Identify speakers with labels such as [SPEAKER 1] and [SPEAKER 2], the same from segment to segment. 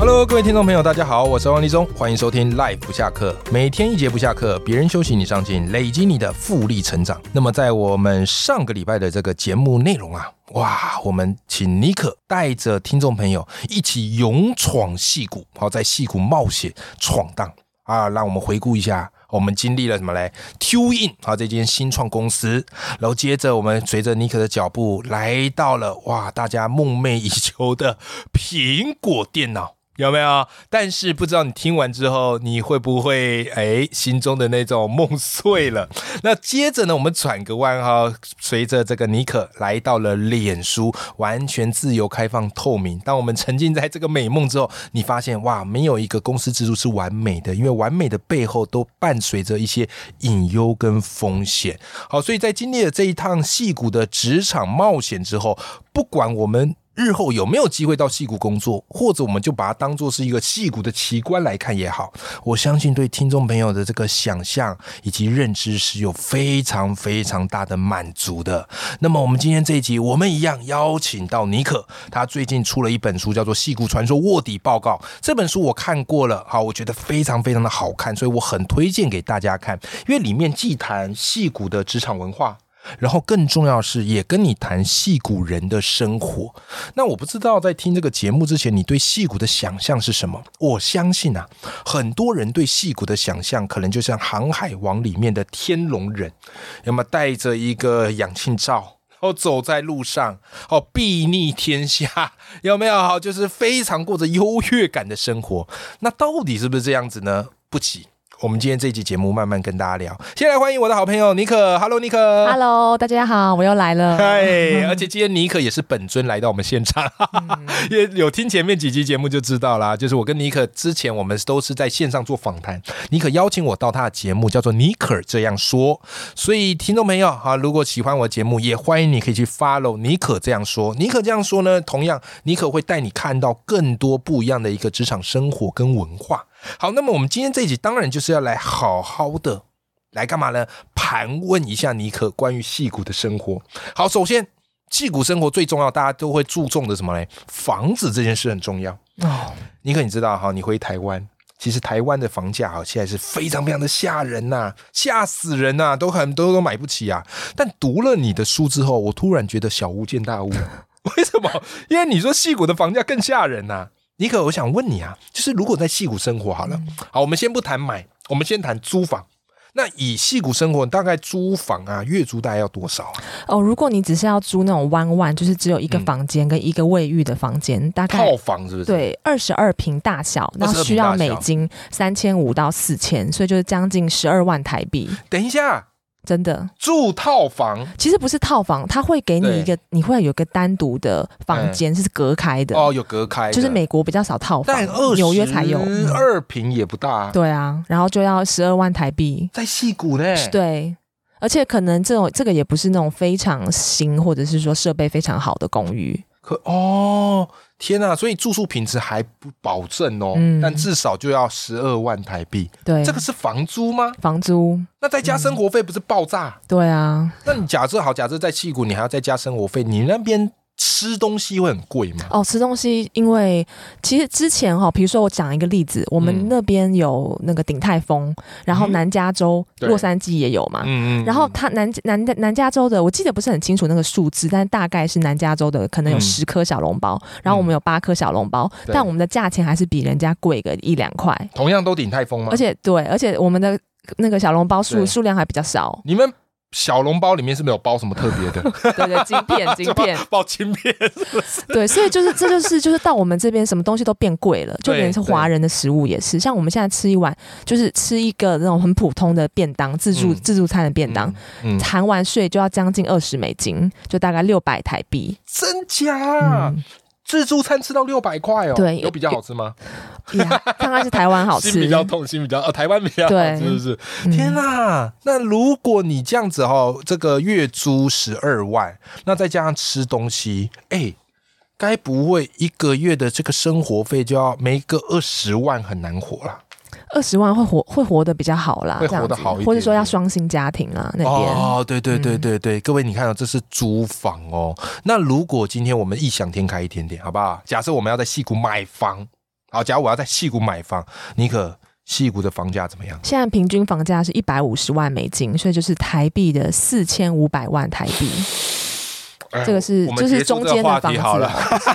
[SPEAKER 1] Hello，各位听众朋友，大家好，我是王立中，欢迎收听 Life 不下课，每天一节不下课，别人休息你上进，累积你的复利成长。那么在我们上个礼拜的这个节目内容啊，哇，我们请尼克带着听众朋友一起勇闯戏谷，好，在戏谷冒险闯荡啊，让我们回顾一下。我们经历了什么嘞？Tuin 啊，这间新创公司，然后接着我们随着尼克的脚步来到了哇，大家梦寐以求的苹果电脑。有没有？但是不知道你听完之后，你会不会哎，心中的那种梦碎了？ 那接着呢，我们转个弯哈、哦，随着这个尼可来到了脸书，完全自由、开放、透明。当我们沉浸在这个美梦之后，你发现哇，没有一个公司制度是完美的，因为完美的背后都伴随着一些隐忧跟风险。好，所以在经历了这一趟戏骨的职场冒险之后，不管我们。日后有没有机会到戏骨工作，或者我们就把它当做是一个戏骨的奇观来看也好，我相信对听众朋友的这个想象以及认知是有非常非常大的满足的。那么我们今天这一集，我们一样邀请到尼可，他最近出了一本书，叫做《戏骨传说卧底报告》。这本书我看过了，好，我觉得非常非常的好看，所以我很推荐给大家看，因为里面既谈戏骨的职场文化。然后更重要是，也跟你谈戏骨人的生活。那我不知道在听这个节目之前，你对戏骨的想象是什么？我相信啊，很多人对戏骨的想象，可能就像《航海王》里面的天龙人，要么带着一个氧气罩。哦，走在路上，哦，睥睨天下， 有没有？好，就是非常过着优越感的生活。那到底是不是这样子呢？不急，我们今天这期节目慢慢跟大家聊。先来欢迎我的好朋友尼克，Hello，尼克
[SPEAKER 2] Hello，大家好，我又来了。
[SPEAKER 1] 嗨，哎而且今天尼克也是本尊来到我们现场，也有听前面几集节目就知道啦。就是我跟尼克之前我们都是在线上做访谈，尼克邀请我到他的节目叫做《尼克这样说》，所以听众朋友啊，如果喜欢我的节目，也欢迎你可以去 follow 尼克这样说。尼克这样说呢，同样尼克会带你看到更多不一样的一个职场生活跟文化。好，那么我们今天这一集当然就是要来好好的来干嘛呢？盘问一下尼克关于戏骨的生活。好，首先戏骨生活最重要，大家都会注重的什么嘞？房子这件事很重要。
[SPEAKER 2] 哦，
[SPEAKER 1] 尼克，你知道哈？你回台湾，其实台湾的房价哈现在是非常非常的吓人呐、吓死人呐、都很多都买不起啊。但读了你的书之后，我突然觉得小巫见大巫。 为什么？因为你说戏骨的房价更吓人呐、尼克，我想问你啊，就是如果在戏骨生活好了，好，我们先不谈买，我们先谈租房。那以戏骨生活，大概租房啊，月租大概要多少啊？
[SPEAKER 2] 哦，如果你只是要租那种弯弯，就是只有一个
[SPEAKER 1] 嗯
[SPEAKER 2] 房间跟一个卫浴的房间，大概
[SPEAKER 1] 套房是不是？，
[SPEAKER 2] 对二十二平大小，然后需要美金三千五到四千，所以就是将近十二万台币，
[SPEAKER 1] 等一下，
[SPEAKER 2] 真的。
[SPEAKER 1] 住套房
[SPEAKER 2] 其实不是套房，它会给你一个，你会有个单独的房间，是隔开的，
[SPEAKER 1] 哦，有隔开的，
[SPEAKER 2] 就是美国比较少套
[SPEAKER 1] 嗯但二
[SPEAKER 2] 房，纽约才有。嗯
[SPEAKER 1] 二平也不大、
[SPEAKER 2] 对啊，然后就要十二万台币，
[SPEAKER 1] 在戏谷呢。
[SPEAKER 2] 是对，而且可能这种这个也不是那种非常新，或者是说设备非常好的公寓。
[SPEAKER 1] 可哦，天呐、所以住宿品质还不保证哦，
[SPEAKER 2] 嗯
[SPEAKER 1] 但至少就要十二万台币。
[SPEAKER 2] 对，
[SPEAKER 1] 这个是房租吗？
[SPEAKER 2] 房租，
[SPEAKER 1] 那再加生活费不是爆炸？
[SPEAKER 2] 对啊，
[SPEAKER 1] 那你假设好，假设在戏谷你还要再加生活费，你那边吃东西会很贵吗？
[SPEAKER 2] 哦，吃东西，因为其实之前哈、比如说我讲一个例子，我
[SPEAKER 1] 嗯
[SPEAKER 2] 们那边有那个鼎泰丰，然后
[SPEAKER 1] 嗯
[SPEAKER 2] 南加州、
[SPEAKER 1] 对
[SPEAKER 2] 洛杉矶也有嘛。
[SPEAKER 1] 嗯
[SPEAKER 2] 然后它南南南加州的，我记得不是很清楚那个数字，但大概是南加州的可能有
[SPEAKER 1] 嗯
[SPEAKER 2] 十颗小笼包，然后我们有八颗小笼包，
[SPEAKER 1] 对
[SPEAKER 2] 但我们的价钱还是比人家贵个一两块。
[SPEAKER 1] 同样都顶泰丰吗？
[SPEAKER 2] 而且对，而且我们的那个小笼包
[SPEAKER 1] 对，
[SPEAKER 2] 数数量还比较少
[SPEAKER 1] 你们小笼包里面是没有包什么特别的
[SPEAKER 2] 对对，晶 片 晶片，
[SPEAKER 1] 包芯片？
[SPEAKER 2] 对，所以就是这就是就是到我们这边什么东西都变贵了，就
[SPEAKER 1] 对
[SPEAKER 2] 连是华人的食物也是，像我们现在吃一碗就是吃一个那种很普通的便当，自助
[SPEAKER 1] 嗯
[SPEAKER 2] 自助餐的便当，
[SPEAKER 1] 嗯，
[SPEAKER 2] 含完税就要将近二十美金，就大概六百台币，
[SPEAKER 1] 真假？
[SPEAKER 2] 嗯，
[SPEAKER 1] 自助餐吃到六百块哦，
[SPEAKER 2] 对
[SPEAKER 1] 有比较好吃吗？
[SPEAKER 2] 嗯呀，当然是台湾好
[SPEAKER 1] 心
[SPEAKER 2] 吃
[SPEAKER 1] 比，较痛，心比较呃，台湾比较好
[SPEAKER 2] 对
[SPEAKER 1] 吃，是不是？
[SPEAKER 2] 嗯
[SPEAKER 1] 天哪、那如果你这样子哈、哦，这个月租十二万，那再加上吃东西，哎、该不会一个月的这个生活费就要没个二十万很难活啦？
[SPEAKER 2] 二十万会活会活得比较好啦，
[SPEAKER 1] 会
[SPEAKER 2] 这样
[SPEAKER 1] 活得
[SPEAKER 2] 子
[SPEAKER 1] 好一
[SPEAKER 2] 或者
[SPEAKER 1] 点
[SPEAKER 2] 说
[SPEAKER 1] 点
[SPEAKER 2] 要双薪家庭啦那边。嗯
[SPEAKER 1] 哦，对对对对对，各位你看到、哦、这是租房哦。那如果今天我们异想天开一点点，好不好？假设我们要在戏谷买房，好，假如我要在戏谷买房，尼可戏谷的房价怎么样？
[SPEAKER 2] 现在平均房价是一百五十万美金，所以就是台币的四千五百万台币，
[SPEAKER 1] 哎
[SPEAKER 2] 这个是
[SPEAKER 1] 我们
[SPEAKER 2] 就
[SPEAKER 1] 结
[SPEAKER 2] 是
[SPEAKER 1] 束
[SPEAKER 2] 中
[SPEAKER 1] 这个
[SPEAKER 2] 间
[SPEAKER 1] 话
[SPEAKER 2] 的
[SPEAKER 1] 题
[SPEAKER 2] 房子
[SPEAKER 1] 好
[SPEAKER 2] 啦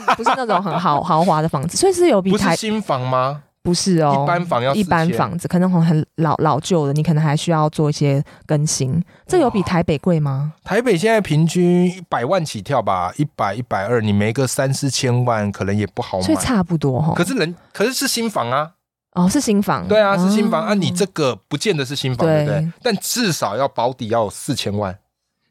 [SPEAKER 1] 了，
[SPEAKER 2] 不是不是那种很豪豪华的房子，所以是有比
[SPEAKER 1] 不是
[SPEAKER 2] 台
[SPEAKER 1] 新房吗？
[SPEAKER 2] 不是哦，
[SPEAKER 1] 一般房要
[SPEAKER 2] 一般
[SPEAKER 1] 4000，
[SPEAKER 2] 房子可能很很老老旧的，你可能还需要做一些更新。这有比台北贵吗？
[SPEAKER 1] 台北现在平均一百万起跳吧，一百一百二，你没个三四千万，可能也不好
[SPEAKER 2] 所
[SPEAKER 1] 买
[SPEAKER 2] 以。差不多哈
[SPEAKER 1] 可。是人，可是是新房啊，
[SPEAKER 2] 哦，是新房，
[SPEAKER 1] 对啊，是新房、
[SPEAKER 2] 哦
[SPEAKER 1] 啊，你这个不见得是新房，对
[SPEAKER 2] 对
[SPEAKER 1] 不对？但至少要保底要有四千万，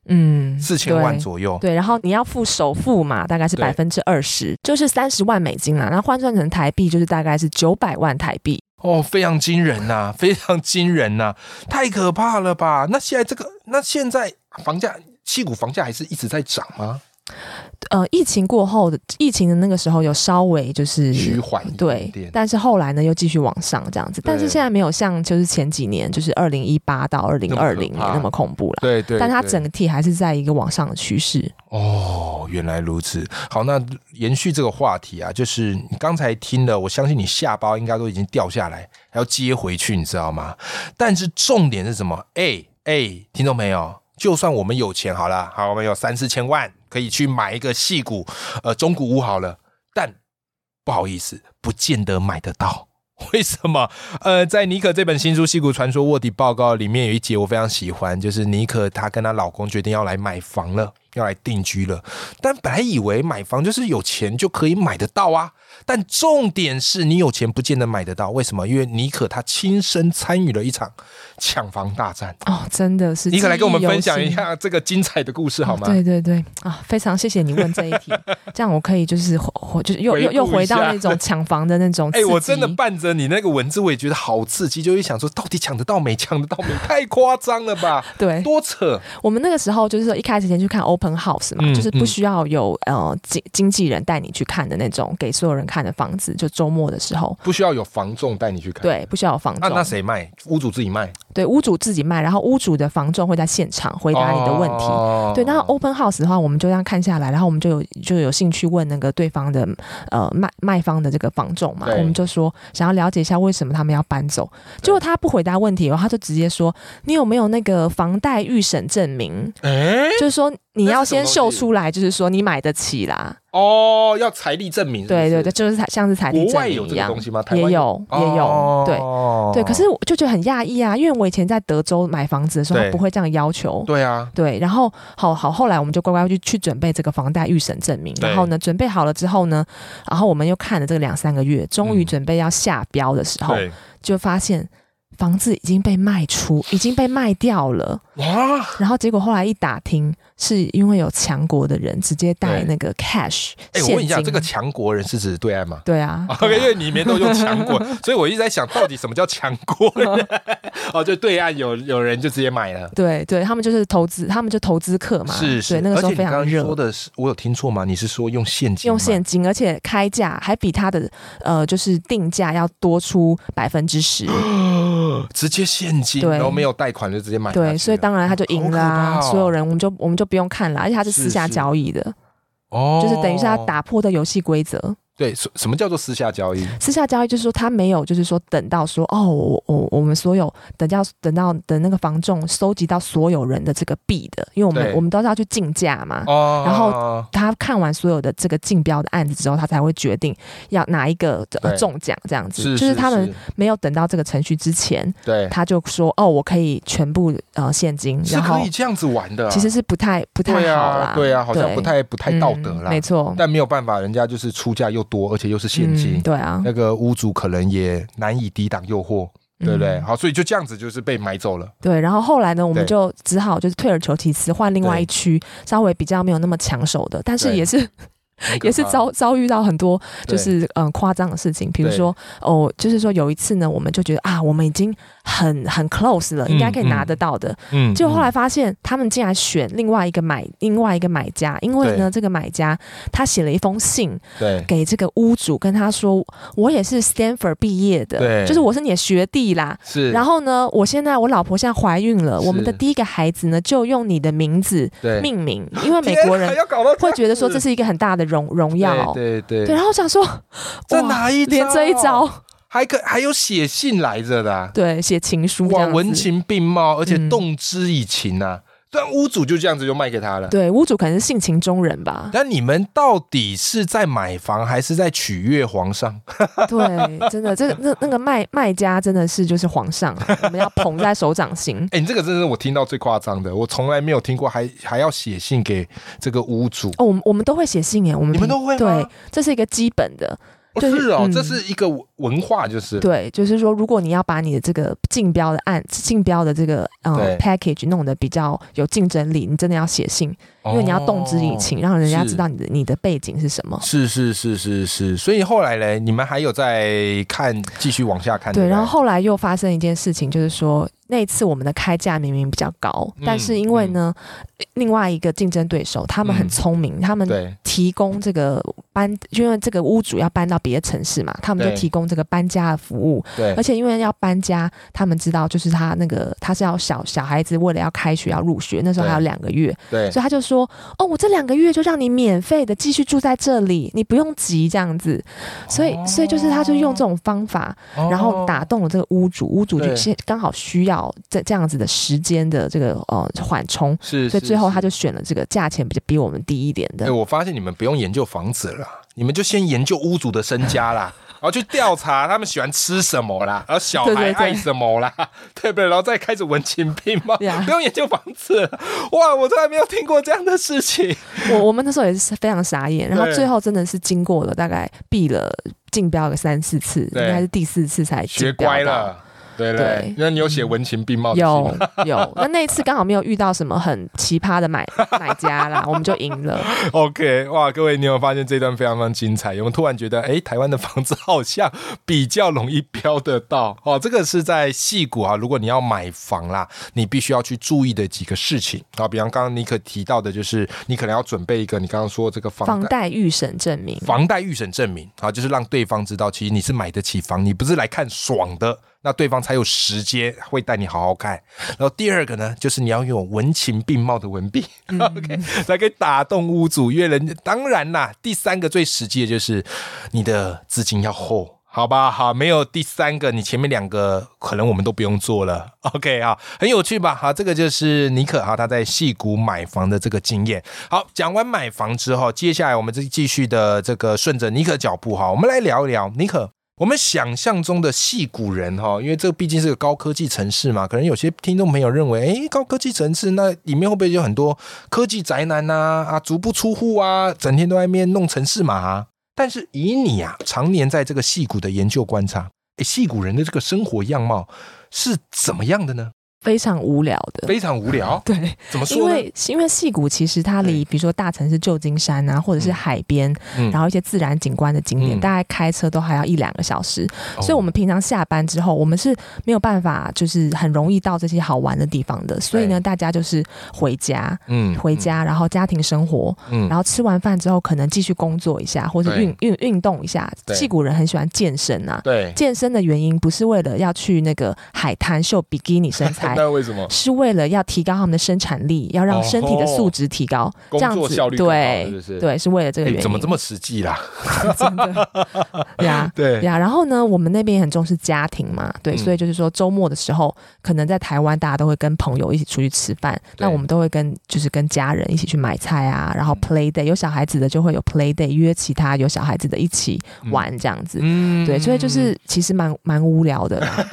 [SPEAKER 2] 嗯
[SPEAKER 1] 四千万
[SPEAKER 2] 对
[SPEAKER 1] 左右。
[SPEAKER 2] 对，然后你要付首付嘛，大概是
[SPEAKER 1] 对
[SPEAKER 2] 百分之二十，就是三十万美金啦。那换算成台币，就是大概是九百万台币。
[SPEAKER 1] 哦，非常惊人呐、 非常惊人呐、太可怕了吧？那现在这个，那现在房价，戏股房价还是一直在涨吗？
[SPEAKER 2] 呃，疫情过后的疫情的那个时候有稍微就是
[SPEAKER 1] 趋缓一点
[SPEAKER 2] 对
[SPEAKER 1] 点，。
[SPEAKER 2] 但是后来呢又继续往上这样子，但是
[SPEAKER 1] 对
[SPEAKER 2] 现在没有像就是前几年就是二零一八到二零二零
[SPEAKER 1] 那么可怕
[SPEAKER 2] 那么恐怖了。
[SPEAKER 1] 对对
[SPEAKER 2] 但它
[SPEAKER 1] 对
[SPEAKER 2] 整体还是在一个往上的趋势。
[SPEAKER 1] 哦，原来如此。好，那延续这个话题啊，就是你刚才听了，我相信你下巴应该都已经掉下来，还要接回去，你知道吗？但是重点是什么？哎哎，听众朋友，就算我们有钱好了，好，我们有三四千万，可以去买一个戏股，呃，中古屋好了，但不好意思，不见得买得到。 为什么？呃，在妮可这本新书《戏骨传说卧底报告》里面有一节我非常喜欢，就是妮可她跟她老公决定要来买房了，要来定居了。但本来以为买房就是有钱就可以买得到啊，但重点是你有钱不见得买得到。为什么？因为妮可她亲身参与了一场抢房大战。
[SPEAKER 2] 哦，真的是。
[SPEAKER 1] 妮可来跟我们分享一。下这个精彩的故事好吗？
[SPEAKER 2] 对对对啊，非常谢谢你问这一 题，这样我可以就是回回就是又
[SPEAKER 1] 回顾
[SPEAKER 2] 又
[SPEAKER 1] 一下
[SPEAKER 2] 又回到那种抢房的那种
[SPEAKER 1] 哎、
[SPEAKER 2] 刺激。
[SPEAKER 1] 我真的伴着你那个文字，我也觉得好刺激，就会想说，到底抢得到没？抢得到没？太夸张了 吧，
[SPEAKER 2] 对，
[SPEAKER 1] 多扯！
[SPEAKER 2] 我们那个时候就是说一开始先去看 open house 嘛，
[SPEAKER 1] 嗯
[SPEAKER 2] 就是不需要有呃经经纪人带你去看的那种，给所有人看的房子，就周末的时候，
[SPEAKER 1] 不需要有房仲带你去看。，
[SPEAKER 2] 对，不需要有房
[SPEAKER 1] 那
[SPEAKER 2] 仲，
[SPEAKER 1] 啊那谁卖？屋主自己卖，
[SPEAKER 2] 对，屋主自己卖，然后屋主的房仲会在现场回答你的问题。
[SPEAKER 1] 哦
[SPEAKER 2] 对，那 open house 的话，我们就这样看下来，然后我们就有就有兴趣问那个对方的呃卖卖方的这个房仲嘛，
[SPEAKER 1] 对
[SPEAKER 2] 我们就说想要了解一下为什么他们要搬走，结果他不回答问题，哦然后他就直接说你有没有那个房贷预审证明？
[SPEAKER 1] 哎、
[SPEAKER 2] 就是说你
[SPEAKER 1] 那是
[SPEAKER 2] 要
[SPEAKER 1] 什么
[SPEAKER 2] 先
[SPEAKER 1] 东
[SPEAKER 2] 秀
[SPEAKER 1] 西
[SPEAKER 2] 出来，就是说你买得起啦。
[SPEAKER 1] 哦，要财力证明是不
[SPEAKER 2] 对
[SPEAKER 1] 是
[SPEAKER 2] 对对，，就是像是财力
[SPEAKER 1] 国
[SPEAKER 2] 证
[SPEAKER 1] 外有
[SPEAKER 2] 明一
[SPEAKER 1] 这个
[SPEAKER 2] 样
[SPEAKER 1] 东，西吗？台
[SPEAKER 2] 也
[SPEAKER 1] 湾
[SPEAKER 2] 有也有，对。
[SPEAKER 1] 哦
[SPEAKER 2] 对，可是我就觉得很讶异啊，因为我以前在德州买房子的时候，
[SPEAKER 1] 对
[SPEAKER 2] 他不会这样要求。
[SPEAKER 1] 对啊，
[SPEAKER 2] 对，然后好好，后来我们就乖乖去去准备这个房贷预审证明，
[SPEAKER 1] 对
[SPEAKER 2] 然后呢，准备好了之后呢，然后我们又看了这个两三个月，终于
[SPEAKER 1] 嗯
[SPEAKER 2] 准备要下标的时候，
[SPEAKER 1] 对
[SPEAKER 2] 就发现房子已经被卖出，已经被卖掉了。
[SPEAKER 1] 哇，
[SPEAKER 2] 然后结果后来一打听，是因为有强国的人直接带那个 cash
[SPEAKER 1] 哎、
[SPEAKER 2] 现金。
[SPEAKER 1] 我问一下，这个强国人是指对岸吗？
[SPEAKER 2] 对啊，
[SPEAKER 1] OK，因为你里面都用强 国，所以我一直在想到底什么叫强国人。 哦，就对岸有有人就直接买了。
[SPEAKER 2] 对对，他们就是投资，他们就投资客嘛。
[SPEAKER 1] 是是，
[SPEAKER 2] 对，那个时候
[SPEAKER 1] 而且
[SPEAKER 2] 非
[SPEAKER 1] 你刚
[SPEAKER 2] 常
[SPEAKER 1] 刚
[SPEAKER 2] 热。
[SPEAKER 1] 说的是，我有听错吗？你是说用现金？
[SPEAKER 2] 用现？金，而且开价还比它的呃，就是定价要多出百分之十，
[SPEAKER 1] 直接现金，
[SPEAKER 2] 对
[SPEAKER 1] 然后没有贷款就直接买下去了。
[SPEAKER 2] 对，所以当然他就赢啦、
[SPEAKER 1] 啊好可怕哦
[SPEAKER 2] 所有人我们就我们就不用看了，而且他是私下
[SPEAKER 1] 是是
[SPEAKER 2] 交易的，
[SPEAKER 1] 哦，
[SPEAKER 2] 就是等于是他打破的游戏规则。
[SPEAKER 1] 对什什么叫做私下交易？
[SPEAKER 2] 私下交易就是说他没有，就是说等到说哦，我我我们所有等到等到等那个房仲收集到所有人的这个币的，因为我
[SPEAKER 1] 对
[SPEAKER 2] 们我们都是要去竞价嘛。
[SPEAKER 1] 哦，
[SPEAKER 2] 然后他看完所有的这个竞标的案子之后，他才会决定要哪一个呃
[SPEAKER 1] 对
[SPEAKER 2] 中奖这样子。
[SPEAKER 1] 是
[SPEAKER 2] 就是他们
[SPEAKER 1] 是
[SPEAKER 2] 没有等到这个程序之前，
[SPEAKER 1] 对，
[SPEAKER 2] 他就说哦，我可以全部呃现金，
[SPEAKER 1] 是
[SPEAKER 2] 然后
[SPEAKER 1] 可以这样子玩的啊。
[SPEAKER 2] 其实是不太不太
[SPEAKER 1] 对
[SPEAKER 2] 好
[SPEAKER 1] 啊
[SPEAKER 2] 啦，，
[SPEAKER 1] 对啊，好像不太不太道德
[SPEAKER 2] 嗯
[SPEAKER 1] 啦。
[SPEAKER 2] 没错，
[SPEAKER 1] 但没有办法，人家就是出价又多，而且又是现金
[SPEAKER 2] 嗯，对啊，
[SPEAKER 1] 那个屋主可能也难以抵挡诱惑，对不对？
[SPEAKER 2] 嗯
[SPEAKER 1] 好，所以就这样子就是被买走了。
[SPEAKER 2] 对，然后后来呢，我们
[SPEAKER 1] 对
[SPEAKER 2] 就只好就是退而求其次，换另外
[SPEAKER 1] 对
[SPEAKER 2] 一区稍微比较没有那么抢手的，但是
[SPEAKER 1] 对
[SPEAKER 2] 也是
[SPEAKER 1] 很可
[SPEAKER 2] 也是
[SPEAKER 1] 怕
[SPEAKER 2] 遭遭遇到很多
[SPEAKER 1] 对
[SPEAKER 2] 就是嗯夸张的事情，比如
[SPEAKER 1] 对
[SPEAKER 2] 说哦，就是说有一次呢，我们就觉得啊，我们已经很很 close 了，应该可以拿得到的。
[SPEAKER 1] 嗯，
[SPEAKER 2] 结果后来发现，他们竟然选另外一个买另外一个买家，因为呢，这个买家他写了一封信
[SPEAKER 1] 嗯对
[SPEAKER 2] 给这个屋主，跟他说：“我也是 Stanford 毕业的，
[SPEAKER 1] 对
[SPEAKER 2] 就是我是你的学弟啦。
[SPEAKER 1] 是，
[SPEAKER 2] 然后呢，我现在我老婆现在怀孕了，
[SPEAKER 1] 是
[SPEAKER 2] 我们的第一个孩子呢就用你的名字
[SPEAKER 1] 对
[SPEAKER 2] 命名，因为美
[SPEAKER 1] 天
[SPEAKER 2] 国
[SPEAKER 1] 还
[SPEAKER 2] 人
[SPEAKER 1] 要搞到
[SPEAKER 2] 会觉得说这
[SPEAKER 1] 样子
[SPEAKER 2] 是一个很大的荣荣耀。
[SPEAKER 1] 对对
[SPEAKER 2] 对，
[SPEAKER 1] 对，
[SPEAKER 2] 然后我想说，
[SPEAKER 1] 这
[SPEAKER 2] 哇
[SPEAKER 1] 哪一
[SPEAKER 2] 连这一
[SPEAKER 1] 招
[SPEAKER 2] 招，
[SPEAKER 1] 还可还有写信来着的啊，
[SPEAKER 2] 对，写情书这
[SPEAKER 1] 哇，
[SPEAKER 2] 样
[SPEAKER 1] 文
[SPEAKER 2] 子
[SPEAKER 1] 情并茂，而且
[SPEAKER 2] 嗯
[SPEAKER 1] 动之以情啊！但屋主就这样子就卖给他了。，
[SPEAKER 2] 对，啊屋主可能是性情中人吧
[SPEAKER 1] 但你们到底是在买房还是在取悦皇上？。
[SPEAKER 2] 对，真的，这个那那个卖卖家真的是就是皇上啊、我们要捧在手掌心
[SPEAKER 1] 哎、你这个真的是我听到最夸张的，我从来没有听过还还要写信给这个屋主。
[SPEAKER 2] 哦，我们我们都会写信耶，我们
[SPEAKER 1] 你们
[SPEAKER 2] 平
[SPEAKER 1] 都会吗
[SPEAKER 2] 对，这是一个基本的，
[SPEAKER 1] 哦
[SPEAKER 2] 对
[SPEAKER 1] 是哦，
[SPEAKER 2] 嗯
[SPEAKER 1] 这是一个文化，就是
[SPEAKER 2] 对，就是说，如果你要把你的这个竞标的案、竞标的这个
[SPEAKER 1] 对
[SPEAKER 2] 呃 package 弄得比较有竞争力，你真的要写信，因为你
[SPEAKER 1] 哦
[SPEAKER 2] 要动之以情，让人家
[SPEAKER 1] 是
[SPEAKER 2] 知道你的你的背景是什么
[SPEAKER 1] 哦。。是是是是是，所以后来嘞，你们还有在看，继续往下看。
[SPEAKER 2] 对，
[SPEAKER 1] 不
[SPEAKER 2] 然后后来又发生一件事情，就是说那一次我们的开价明明比较高，但是因为呢，另外一个竞争对手他们很
[SPEAKER 1] 嗯
[SPEAKER 2] 聪明，他们
[SPEAKER 1] 对
[SPEAKER 2] 提供这个搬，因为这个屋主要搬到别的城市嘛，他们就
[SPEAKER 1] 对
[SPEAKER 2] 提供这个搬家的服务，
[SPEAKER 1] 对
[SPEAKER 2] 而，且因为要搬家，他们知道就是他那个他是要小小孩子为了要开学要入学，那时候还有
[SPEAKER 1] 对
[SPEAKER 2] 两个月，
[SPEAKER 1] 对
[SPEAKER 2] 所以他就说：“哦，我这两个月就让你免费的继续住在这里，你不用急这样子。”所以，
[SPEAKER 1] 哦
[SPEAKER 2] 所以就是他就用这种方法，然后打动了这个屋主，屋主就
[SPEAKER 1] 对
[SPEAKER 2] 现刚好需要这这样子的时间的这个呃缓冲，
[SPEAKER 1] 是，
[SPEAKER 2] 所以
[SPEAKER 1] 是
[SPEAKER 2] 最后他
[SPEAKER 1] 是
[SPEAKER 2] 就选了这个价钱比较比我们低一点
[SPEAKER 1] 哎、
[SPEAKER 2] 的。
[SPEAKER 1] 我发现你们不用研究房子了，你们就先研究屋主的身家 啦，然后去调查他们喜欢吃什么啦，然后小
[SPEAKER 2] 对
[SPEAKER 1] 孩
[SPEAKER 2] 对对
[SPEAKER 1] 爱什么啦， 对不对？然后再开始文情并 茂
[SPEAKER 2] Yeah
[SPEAKER 1] 不用研究房子了。哇，我从来没有听过这样的事 情。
[SPEAKER 2] 我我们那时候也是非常傻眼，然后
[SPEAKER 1] 对
[SPEAKER 2] 最后真的是经过了大概避了竞标个三四次，应
[SPEAKER 1] 对
[SPEAKER 2] 该是第四次才竞
[SPEAKER 1] 学
[SPEAKER 2] 标
[SPEAKER 1] 乖
[SPEAKER 2] 到。
[SPEAKER 1] 了，对不
[SPEAKER 2] 对
[SPEAKER 1] 那你有写文情并茂的信
[SPEAKER 2] 有
[SPEAKER 1] 吗
[SPEAKER 2] 有，那那一次刚好没有遇到什么很奇葩的买买家啦，我们就 赢了。
[SPEAKER 1] ？OK，哇，各位，你有没有发现这段非常非常精彩？有没有突然觉得，哎、台湾的房子好像比较容易标得到？哦，这个是在戏谷啊，如果你要买房啦，你必须要去注意的几个事情啊，比方刚刚尼克提到的，就是你可能要准备一个你刚刚说这个房
[SPEAKER 2] 房
[SPEAKER 1] 贷。
[SPEAKER 2] 贷预审证明，
[SPEAKER 1] 房贷预审证明啊，就是让对方知道，其实你是买得起房，你不是来看爽的，那对方才有时间会带你好好看。然后第二个呢，就是你要有文情并茂的文笔、o
[SPEAKER 2] 嗯
[SPEAKER 1] k 才可以打动屋主约人。当然啦，第三个最实际的就是你的资金要厚。好吧，好，没有第三个，你前面两个可能我们都不用做了。OK 啊，很有趣吧？好，这个就是尼可哈他在戏谷买房的这个经验。好，讲完买房之后，接下来我们就继续的这个顺着尼可脚步哈，我们来聊一聊尼可。我们想象中的戏骨人哈，因为这毕竟是个高科技城市嘛，可能有些听众朋友认为，诶，高科技城市那里面会不会有很多科技宅男呐、啊？足不出户啊，整天都在面弄城市嘛、但是以你啊，常年在这个戏骨的研究观察，诶，戏骨人的这个生活样貌是怎么样的呢？
[SPEAKER 2] 非常无聊的。
[SPEAKER 1] 非常无聊，啊
[SPEAKER 2] 对，
[SPEAKER 1] 怎么
[SPEAKER 2] 因
[SPEAKER 1] 说呢？
[SPEAKER 2] 为因为戏谷其实它离比如说大城市旧金山啊，或者是
[SPEAKER 1] 嗯
[SPEAKER 2] 海边，
[SPEAKER 1] 嗯
[SPEAKER 2] 然后一些自然景观的景点，
[SPEAKER 1] 嗯
[SPEAKER 2] 大概开车都还要一两个小时，
[SPEAKER 1] 哦
[SPEAKER 2] 所以我们平常下班之后，我们是没有办法就是很容易到这些好玩的地方的，所以呢，
[SPEAKER 1] 对
[SPEAKER 2] 大家就是回家。
[SPEAKER 1] 嗯
[SPEAKER 2] 回，家，然后家庭生活，
[SPEAKER 1] 嗯
[SPEAKER 2] 然后吃完饭之后，可能继续工作一下，或是
[SPEAKER 1] 对
[SPEAKER 2] 运运运动一下。
[SPEAKER 1] 对
[SPEAKER 2] 戏骨人很喜欢健身啊，
[SPEAKER 1] 对，
[SPEAKER 2] 健身的原因不是为了要去那个海滩秀比基尼身材，
[SPEAKER 1] 那为什么
[SPEAKER 2] 是为了要提高他们的生产力，要让身体的素质提高，
[SPEAKER 1] 哦工
[SPEAKER 2] 这样
[SPEAKER 1] 作
[SPEAKER 2] 子
[SPEAKER 1] 效率更好
[SPEAKER 2] 对
[SPEAKER 1] 是不是？
[SPEAKER 2] 对，是为了这个
[SPEAKER 1] 哎
[SPEAKER 2] 原因。
[SPEAKER 1] 怎么这么实际啦？
[SPEAKER 2] 真 的？ 呀
[SPEAKER 1] 对，
[SPEAKER 2] 啊呀，然后呢，我们那边也很重视家庭嘛，对，
[SPEAKER 1] 嗯
[SPEAKER 2] 所以就是说周末的时候，可能在台湾大家都会跟朋友一起出去吃饭，
[SPEAKER 1] 对嗯
[SPEAKER 2] 那我们都会跟就是跟家人一起去买菜啊，然后 play day，有小孩子的就会有 play day，约其他有小孩子的一起玩这样子。
[SPEAKER 1] 嗯
[SPEAKER 2] 对，所以就，是其实蛮蛮无聊的 啦，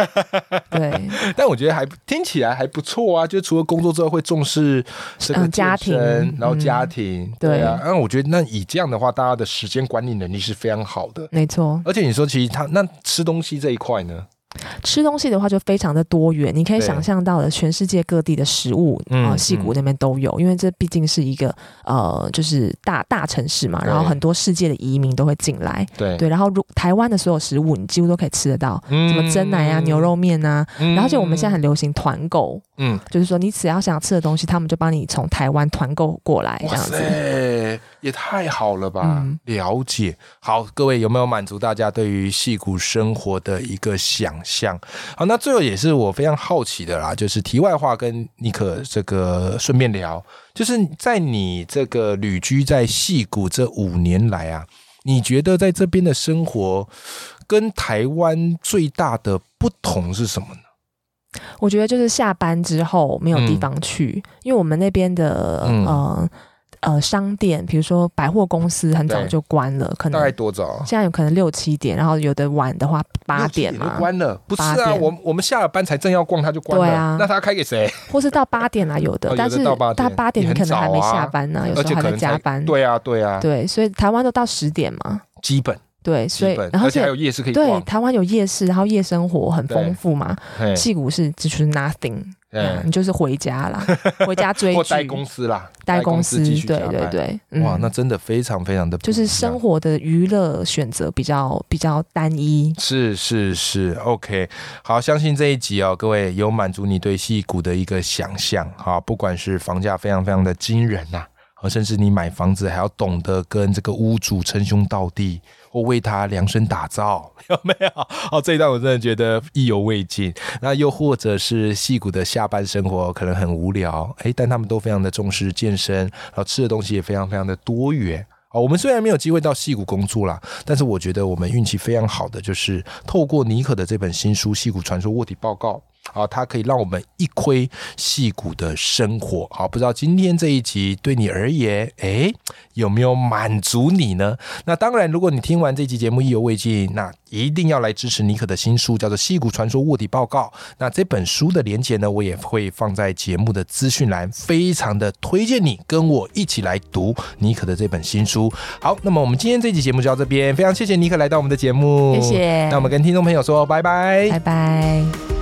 [SPEAKER 2] 对，
[SPEAKER 1] 但我觉得还听起来还不错啊，就除了工作之外，会重视这个
[SPEAKER 2] 嗯家
[SPEAKER 1] 健身
[SPEAKER 2] 庭
[SPEAKER 1] 然后
[SPEAKER 2] 嗯
[SPEAKER 1] 家庭，
[SPEAKER 2] 对
[SPEAKER 1] 对啊。那我觉得那以这样的话，大家的时间管理能力是非常好的。
[SPEAKER 2] 没错。
[SPEAKER 1] 而且你说，其实他那吃东西这一块呢，
[SPEAKER 2] 吃东西的话就非常的多元，你可以
[SPEAKER 1] 对
[SPEAKER 2] 想象到的全世界各地的食物
[SPEAKER 1] 嗯
[SPEAKER 2] 啊，戏、谷
[SPEAKER 1] 嗯
[SPEAKER 2] 那边都有，因为这毕竟是一个呃，就是大大城市嘛，
[SPEAKER 1] 对
[SPEAKER 2] 然后很多世界的移民都会进来，
[SPEAKER 1] 对，
[SPEAKER 2] 对，然后如台湾的所有食物你几乎都可以吃得到，什
[SPEAKER 1] 什
[SPEAKER 2] 么蒸奶啊、牛，肉面啊，
[SPEAKER 1] 嗯
[SPEAKER 2] 然后就我们现在很流行团购，
[SPEAKER 1] 嗯，
[SPEAKER 2] 就是说你只要想吃的东西，他们就帮你从台湾团购过来这
[SPEAKER 1] 哇
[SPEAKER 2] 样子。
[SPEAKER 1] 塞，也太好了吧！
[SPEAKER 2] 嗯
[SPEAKER 1] 了解，好，各位有没有满足大家对于戏骨生活的一个想象？好，那最后也是我非常好奇的啦，就是题外话跟尼可这个顺便聊，就是在你这个旅居在戏谷这五年来啊，你觉得在这边的生活跟台湾最大的不同是什么呢？
[SPEAKER 2] 我觉得就是下班之后没有地
[SPEAKER 1] 嗯
[SPEAKER 2] 方去，因为我们那边的
[SPEAKER 1] 嗯
[SPEAKER 2] 呃呃商店，比如说百货公司很早
[SPEAKER 1] 对
[SPEAKER 2] 就关了，可
[SPEAKER 1] 大概
[SPEAKER 2] 能
[SPEAKER 1] 多早？啊
[SPEAKER 2] 现在有可能六七点，然后有的晚的话八点
[SPEAKER 1] 就
[SPEAKER 2] 嘛，
[SPEAKER 1] 关了，不是
[SPEAKER 2] 八
[SPEAKER 1] 啊，
[SPEAKER 2] 点
[SPEAKER 1] 我我们下了班才正要逛，他就关了。
[SPEAKER 2] 对啊
[SPEAKER 1] 那他开给谁？
[SPEAKER 2] 或是到八点啦、有的，
[SPEAKER 1] 哦有的
[SPEAKER 2] 但是
[SPEAKER 1] 到八点
[SPEAKER 2] 到八点
[SPEAKER 1] 也
[SPEAKER 2] 你
[SPEAKER 1] 很
[SPEAKER 2] 可能还没
[SPEAKER 1] 早啊
[SPEAKER 2] 下班呢、有
[SPEAKER 1] 而
[SPEAKER 2] 时
[SPEAKER 1] 且
[SPEAKER 2] 候还
[SPEAKER 1] 可
[SPEAKER 2] 在
[SPEAKER 1] 能
[SPEAKER 2] 加
[SPEAKER 1] 才
[SPEAKER 2] 班，
[SPEAKER 1] 对啊，对啊，
[SPEAKER 2] 对，所以台湾都到十点嘛，
[SPEAKER 1] 基本
[SPEAKER 2] 对，所以
[SPEAKER 1] 基本，
[SPEAKER 2] 然后
[SPEAKER 1] 而且还有夜市可以
[SPEAKER 2] 对
[SPEAKER 1] 逛，
[SPEAKER 2] 台湾有夜市，然后夜生活很丰富嘛，
[SPEAKER 1] 嘿
[SPEAKER 2] 戏谷是就是 nothing，嗯
[SPEAKER 1] 嗯
[SPEAKER 2] 你就是回家 啦，回家追
[SPEAKER 1] 或
[SPEAKER 2] 剧，
[SPEAKER 1] 待公司啦，
[SPEAKER 2] 待
[SPEAKER 1] 公
[SPEAKER 2] 公司，
[SPEAKER 1] 继续
[SPEAKER 2] 对
[SPEAKER 1] 加
[SPEAKER 2] 对
[SPEAKER 1] 班。
[SPEAKER 2] 对，嗯
[SPEAKER 1] 哇，那真的非常非常的不
[SPEAKER 2] 就是
[SPEAKER 1] 一样
[SPEAKER 2] 生活的娱乐选择比较比较单一。
[SPEAKER 1] 是是是，OK，好，相信这一集哦，各位有满足你对戏股的一个想象哈，不管是房价非常非常的惊人呐、啊，甚至你买房子还要懂得跟这个屋主称兄道弟，或为他量身打造， 有没有？哦，这一段我真的觉得意犹未尽。那又或者是戏股的下班生活可能很无聊，诶，但他们都非常的重视健身，然后吃的东西也非常非常的多元。哦，我们虽然没有机会到戏谷工作啦，但是我觉得我们运气非常好的，就是透过尼可的这本新书《戏骨传说卧底报告》。啊，它可以让我们一窥戏骨的生活。好，不知道今天这一集对你而言，诶，有没有满足你呢？那当然，如果你听完这集节目意犹未尽，那一定要来支持尼可的新书，叫做《戏骨传说卧底报告》。那这本书的连接呢，我也会放在节目的资讯栏，非常的推荐你跟我一起来读尼可的这本新书。好，那么我们今天这期节目就到这边，非常谢谢尼克来到我们的节目，
[SPEAKER 2] 谢谢
[SPEAKER 1] 那我们跟听众朋友说拜拜
[SPEAKER 2] 拜拜。